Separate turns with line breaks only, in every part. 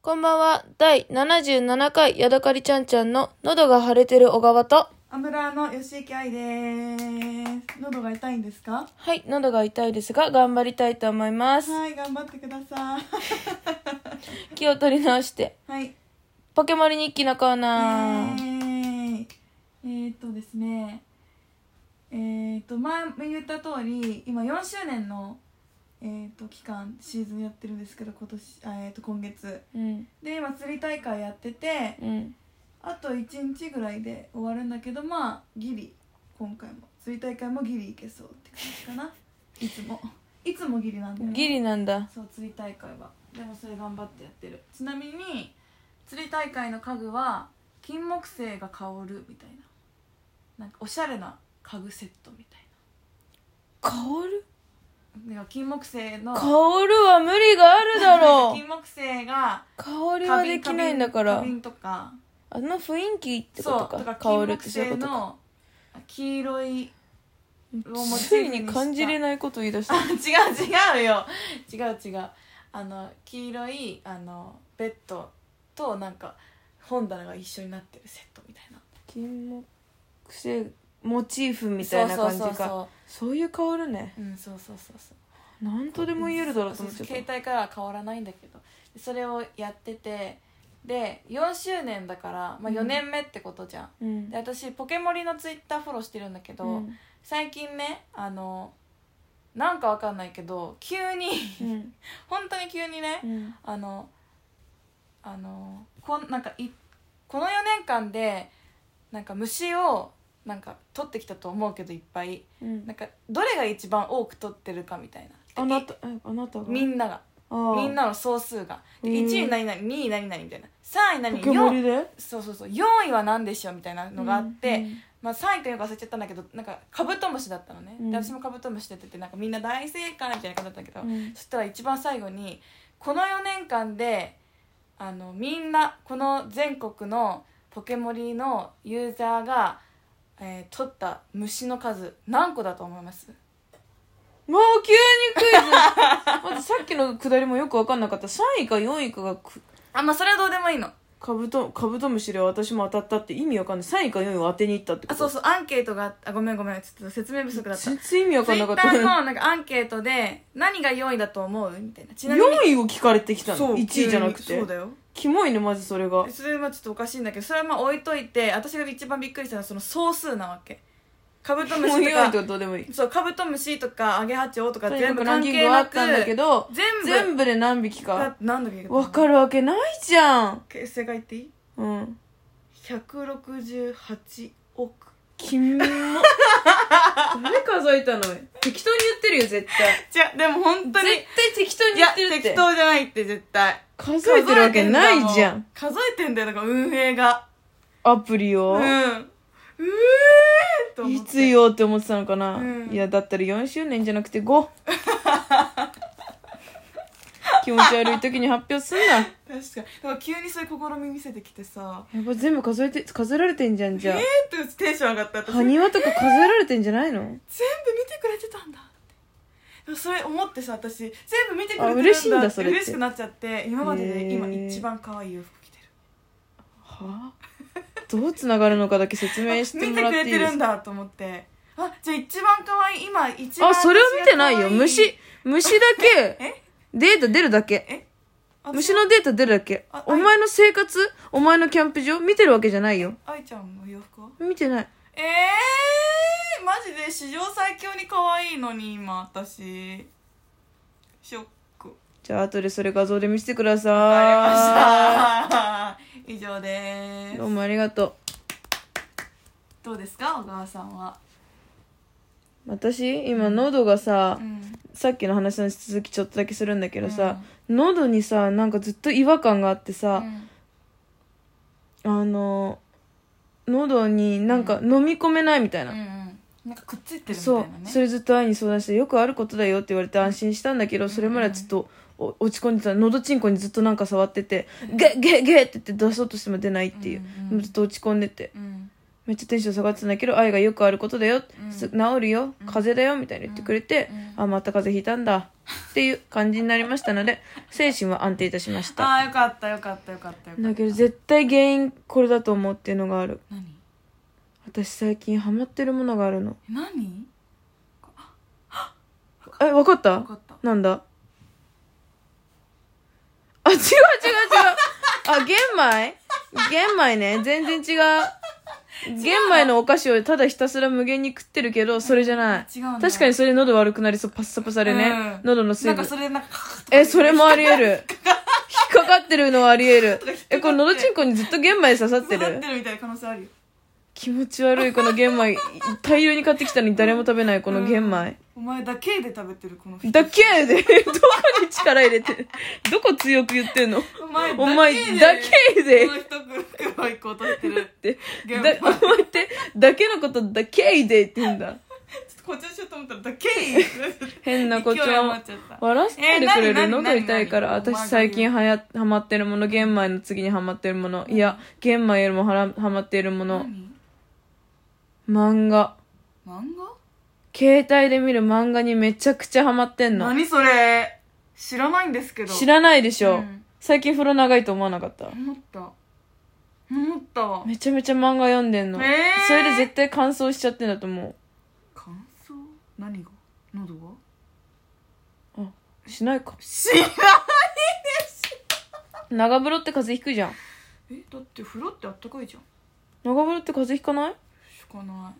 こんばんは。第77回ヤドカリちゃんちゃんの喉が腫れてる小川と、
アムラーの吉池愛です。喉が痛いんですか
はい、喉が痛いですが頑張りたいと思います。
はい、頑張ってください。
気を取り直して、
はい。
ポケモリ日記のコーナー。
えー、えーっとですね、えー、っと、前も言った通り、今4周年の、えー、っと、期間、シーズンやってるんですけど、今年、あえー、っと、今月。
うん、
で、今、釣り大会やってて、
うん、
あと1日ぐらいで終わるんだけど、まあ、ギリ、今回も。釣り大会もギリいけそうって感じかな。いつも。いつもギリなんだよな
ギリなんだ。
そう釣り大会はでもそれ頑張ってやってるちなみに釣り大会の家具は金木犀が香るみたいななんかおしゃれな家具セットみたい
香る
ななんか金木犀の
香るは無理があるだろ う
金木犀が
香りはできないんだか
花
ら
瓶とか
あの雰囲気ってこ
そ
と
う
か
とか
香
金
るっ
木
てそういうこ
犀
とか
の黄色いをモチ
つ
ー
い
フに
に
した
感じれないこと言い出し
あ
た
違う違うよ違う違うあの黄色いあのベッドとなんか本棚が一緒になってるセットみたいな
金木犀モチーフみたいな感じか
そ
そう
そううそうそ
いう香るね
ううんそうそうそうそう
なんとでも言えるだろうと思っちゃ
そう
っ
携
た
帯からは変わらないんだけどそれをやっててで4周年だから、まあ、
うん
4年目ってことじゃん、
うん
で私ポケモリのツイッターフォローしてるんだけど、
うん
最近ねあのなんかわかんないけど急に
うん
本当に急にね、
うん
あのあのこんなんかいこの4年間でなんか虫をなんか取ってきたと思うけどいっぱい
うん
なんかどれが一番多く取ってるかみたいな
あなたえあなたが
みんなが
あー
みんなの総数がで
うん
1位何々2位何々みたいな3位何
ポ
々
ケモリ
4
で
そうそうそう4位は何でしょうみたいなのがあって、
うんうん
まあ、3位というか忘れちゃったんだけどなんかカブトムシだったのね、
うん
で私もカブトムシ出ててなんかみんな大正解みたいな感じだったんだけど、
うん
そしたら一番最後にこの4年間であのみんなこの全国のポケモリのユーザーが、えー取った虫の数何個だと思います
もう急にクイズまずさっきのくだりもよく分かんなかった3位か4位かがく
あまあそれはどうでもいいの
カブトカブトムシで私も当たったって意味わかんない3位か4位を当てにいったってこ
あ
と
そうそうアンケートがああごめんごめんちょっと説明不足だった
全然意味わ
ツ
か
イ
んなか
ッ
っ
タ
た
ーの なんかアンケートで何が4位だと思うみたいなちなみに
4位を聞かれてきた
そ
の
う
1位じゃなく
急に
て
そうだよ
キモいねまずそれが
それはちょっとおかしいんだけどそれはまあ置いといて私が一番びっくりしたのはその総数なわけカブトム
もう
シ
言う
と
よ
か
ってことでもいい
そうカブトムシとかアゲハチョウとか
とにかく
全部
ラン
関
キン
係
グはあ
な
っ
く
たんだけど
全部
全部で何匹
だ
か
何だっけ
わかるわけないじゃん
る正解言っていい
うん
168億
キモ誰数えたの適当に言ってるよ絶対
じゃでも本当に
絶対適当に
い
言
や
ってるって
適当じゃないって絶対
数えてるわけないじゃん
数えてんだよだから運営が
アプリ
う
を
んうえーと思
い
って
つよって思ってたのかな、
うん
いやだったら4周年じゃなくて5 気持ち悪い時に発表すんな
確かにだから急にそういう試み見せてきてさ
やっぱ全部数えて数えられてんじゃんじゃあ
えーってテンション上がった私
埴輪とか数えられてんじゃないの
全部見てくれてたんだってそれ思ってさ私全部見てくれてるんだ
あ嬉しいんだそれって
嬉しくなっちゃって今まで
へ
で
ー
今一番可愛い洋服着て
はどうつながるのかだけ説明して
る見
も
て
らっ
く
てい
れ
い
て
で
る
す
ん
か
だと思ってあじゃあ一番可愛い今一番
あそれは見てないよ
私が可愛
虫虫だけ
え
データ出るだけ虫
私
のデータ出るだけ
あ
お前の生活お前のキャンプ場見てるわけじゃないよ
愛ちゃんの洋服は
見てない
えー、マジで史上最強に可愛いのに今私ショック
じゃあ後でそれ画像で見せてくださ
わかりました以上で
い
す
どうもありがと
どうですか小川さんは
う私今喉がさ、
うん
さっきの話の続きちょっとだけするんだけどさ、喉にさなんかずっと違和感があってさ、
うん
あの喉になんか飲み込めないみたいな、
うんうんなんかくっついてるみたい
そう
なね
それずっと愛に相談してよくあることだよって言われて安心したんだけどそれまではちょっとお落ち込んでた喉ちんこにずっとなんか触っててゲッゲッゲッって言って出そうとしても出ないっていう、
うんうん
ずっと落ち込んでて
うん
めっちゃテンション下がってたんだけど愛がよくあることだよ、
うん
す治るよ風邪だよみたいに言ってくれて、
うん
あまた風邪ひいたんだっていう感じになりましたので精神は安定いたしました
ああよかったよかったよかったよかった
だけど絶対原因これだと思うっていうのがある
何
私最近ハマってるものがあるの
え何
えわかった
分かった
なんだあ違う違う違うあ玄米玄米ね全然違う玄米のお菓子をただひたすら無限に食ってるけどそれじゃない
違うんだ
確かにそれ喉悪くなりそうパッサパサでね、
うん
喉の水
なん
分
かそれなんか
えそれもあり得る引っかかってるのはあり得るえこれ喉チンコにずっと玄米刺さって
刺さっ
る
てるみたいな可能性あるよ
気持ち悪いこの玄米大量に買ってきたのに誰も食べないこの玄米、
お前だけで食べてるこの人
だけで どこに力入れてるどこ強く言ってんの
お前
お前だけで
この一袋行こうとしてる
って
玄
だ
米
お前ってだけのことだけでって言うんだ
ちょっと誇張しようと思ったらだけ
変な誇張
勢い余っちゃった
笑わせてくれ
え
る
何何
喉痛いから
何何
私最近はやハマってるもの玄米の次にハマってるものいや玄米よりもはらハマっているもの
何
漫画
漫画
携帯で見る漫画にめちゃくちゃハマってんの
何それ知らないんですけど
知らないでしょ、
うん
最近風呂長いと思わなかった
思った思ったわ
めちゃめちゃ漫画読んでんの、
えー
それで絶対乾燥しちゃってんだと思
感想何が喉が
うしないか
知ら
長風呂って風邪ひくじゃん
えだって風呂ってあったかいじゃん
長風呂って風邪ひかない
しかない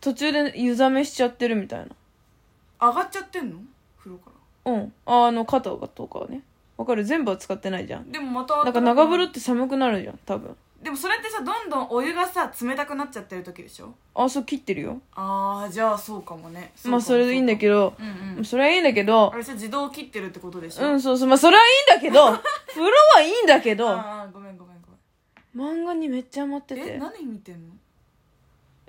途中で湯冷めしちゃってるみたいな
上がっちゃってんの風呂か
うんああの肩とかはねわかる全部は使ってないじゃん
らでもまた
なんか長風呂って寒くなるじゃん多分
でもそれってさどんどんお湯がさ冷たくなっちゃってる時でしょ
あそう切ってるよ
ああじゃあそうかもね
まあそれでいいんだ
ど
けど
うんうん
それはいいんだけど
あれさ自動切ってるってことでし
う
ょ
んそうそうまあそれはいいんだけ ど風呂はいいんだけど
ああごめんごめんご
漫画にめっちゃハマって
めんえ
て
何見てんの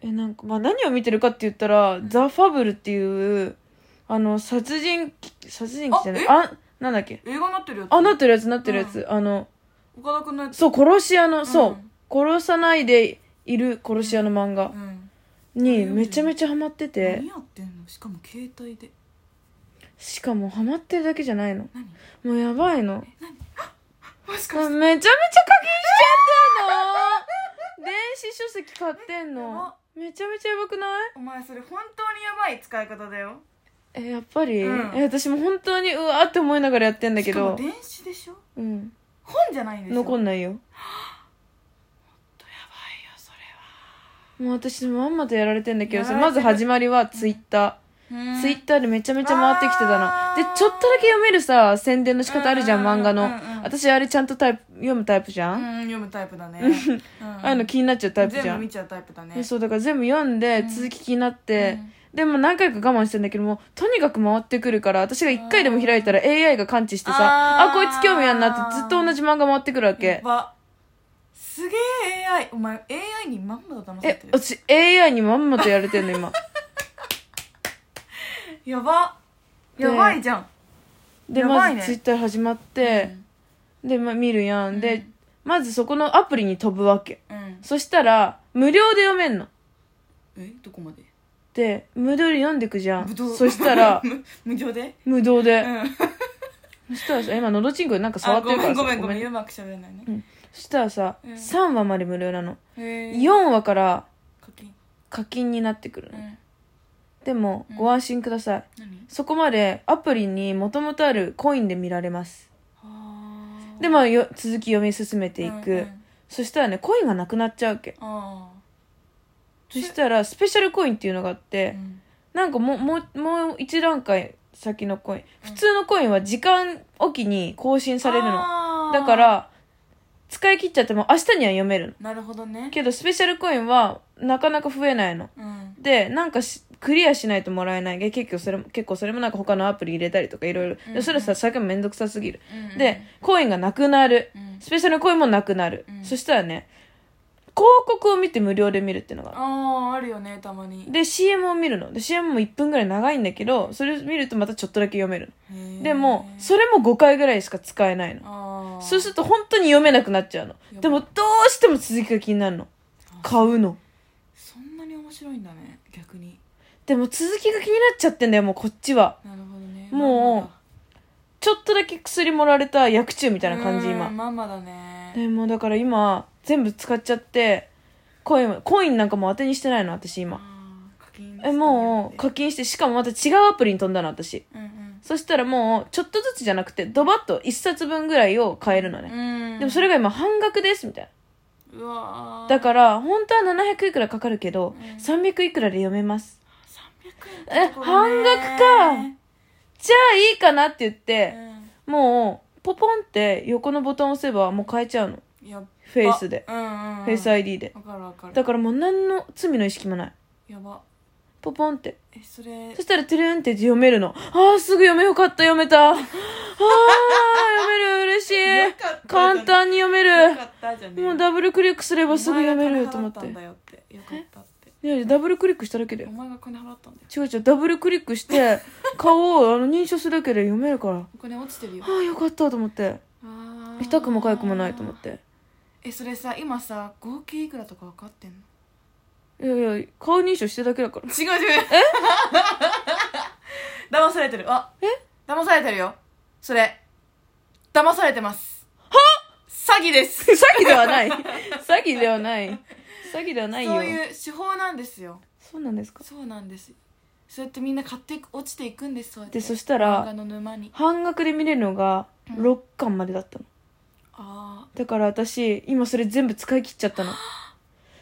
えなんか、まあ、何を見てるかって言ったら「ザ・ファブル」っていうあの殺人鬼殺人鬼じゃないあなんだっけ
映画なってるやつ
あなってるやつなってるやつ、あの
岡田君のやつ
そう殺し屋の、そう
うん
殺さないでいる殺し屋の漫画
うん
にめちゃめちゃハマってて
何やってんのしかも携帯で
しかもハマってるだけじゃないの
何
もうやばいの
もしか
もう
し
め
て
ちゃめちゃ課金しちゃってんの電子書籍買ってん
や
の
ば
めちゃめちゃやばくない
お前それ本当にやばい使い方だよ
えやっぱり、
うん
え私も本当にうわーって思いながらやってんだけ
しかも
ど
電子でしょ
うん
本じゃないんですよ
残
やばいよ
んないよ
そ
もう私まんまとやられてんだけどさ
やら
ま
れて
ず
る
始まりはツイッター、
れは
ツイッターでめちゃめちゃ回ってきてた
あ
の。
ー
で、ちょっとだけ読めるさ、宣伝の仕方あるじゃん、
うんうんうん
漫画
う
の
んうん。
私、あれちゃんとタイプ、読むタイプじゃん、あ
うん読むタイプだねうん
あいうの気になっちゃうタイプじゃ
全部
ん
見。ちゃうタイプだね
でそう、だから全部読んで、続き気になって、
うん
でも何回か我慢してんだけども、とにかく回ってくるから、私が一回でも開いたら AI が感知してさ、
あ
あ
ー
こいつ興味あんなってずっと同じ漫画回ってくるわ
や
け。
ばすげえ AI お前 AI にまんまと騙され
え
て、る
私 AI にまんまとやれてんの、 今。
やば
で
やばいじゃん
で、
やば
ま
いね
ずツイッター始まって、で、まあ、見るやん。で、まずそこのアプリに飛ぶわけ。
うんうん
そしたら、無料で読めんの。
えどこまで
で、無料で読んでくじゃん。
ぶどう、
そしたら
無無料で
無料
う
で。
ん
そしたらさ、今、のどちんこでなんか触
あ
って
ご
るか
めん
らさ。
ごめんごめん
ね
うまく喋れないね
そしたらさ、
うん
3話まで無料なの。
へえ
4話から
課金
課金になってくる
う
の。
ん
でも
うん、
ご安心ください。
何
そこまでアプリにもともとあるコインで見られます。
あー
で、まあ、よ続き読み進めていく。
うんうん
そしたらね、コインがなくなっちゃうわけ。
ああ
そしたら、スペシャルコインっていうのがあって、
うん
なんかもう、もう、もう一段階先のコイン。普通のコインは時間おきに更新されるの。
あー
だから、使い切っちゃっても明日には読めるの。
なるほどね
けど、スペシャルコインはなかなか増えないの。
うん
で、なんかしクリアしないともらえない。で結局それも、結構それもなんか他のアプリ入れたりとかいろいろ。
うんう
で
ん
それさ、最近めんどくさすぎる。
うんうん
で、コインがなくなる。
うん
スペシャルコインもなくなる
う。ん
そしたらね、広告を見て無料で見るっていうのがある
あああるよねたまに
で CM を見るので CM も1分ぐらい長いんだけどそれ見るとまたちょっとだけ読めるのでもそれも5回ぐらいしか使えないの
ああ
そうすると本当に読めなくなっちゃうの
ば
でもどうしても続きが気になるの買うの
そんなに面白いんだね逆に
でも続きが気になっちゃってんだよもうこっちは
なるほどね
もう
まあま
ちょっとだけ薬盛られた薬中みた
だ
いな感じ
う
今
んまんまだね
でもだから今全部使っちゃってコインコインなんかもう当てにしてないの私今
あー課金
えもう課金してしかもまた違うアプリに飛んだの私
うんうん
そしたらもうちょっとずつじゃなくてドバッと1冊分ぐらいを買えるのね、
うん
でもそれが今半額ですみたいう
わ
なだ
ら
から本当は700いくらかかるけど、
うん
300いくらで読めます
300
え
円ってところね
半じゃあいいかなって言って、
う
もうポポンって横のボタン押せばもう買えちゃうの
んやっ
フェイスで
ばうんうんうん
フェイス ID で
わかるわかる
だからもう何の罪の意識もない
やば
ポポンって
えそれ
そしたら、トゥルーンって読めるの。ああ、すぐ読めよかった、読めた。ああ、読める、 嬉し
よ
い。
かった
簡単に読め
よ
る
か。ったじゃね
もうダブルクリックすれ
お前
ば
が
すぐ読めると思っ
金払
て
たん。だよってよかったって
いやいやダブルクリックしただけだよ
お。前が金払ったんだよ
違う違う、ダブルクリック して、顔をあの認証するだけで読めるから。あ
お金落ちてるよ
あ、よかったと思って。
あ ー
痛くも痒くもないと思って。
えそれさ今さ合計いくらとか分かってんの
いやいや、顔認証してるだけだから。
違う 違うえ騙されてるあえ騙されてるよそれ騙されてますは詐欺です
詐欺ではない。詐欺ではない。詐欺ではないよ。
そういう手法なんですよ
そうなんですか
そうなんですそうやってみんな買っていく落ちていくんですそうやって
で、そした
漫画
ら、
の沼に
半額で見れるのが
うん
6巻までだったの。
あ
だから私今それ全部使い切っちゃったの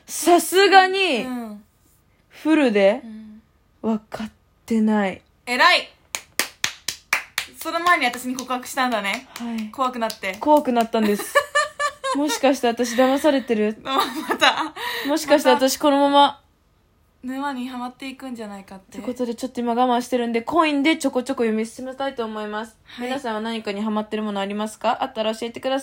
さすが
あ
に
うん、
フルで
うん、
分かってない
偉いその前に私に告白したんだね
はい
怖くなって
怖くなったんですもしかして私騙されてる
また
もしかして私このまま
沼にはまっていくんじゃないかって
ということでちょっと今我慢してるんでコインでちょこちょこ読み進めたいと思います、
はい
皆さんは何かにハマってるものありますかあったら教えてくだ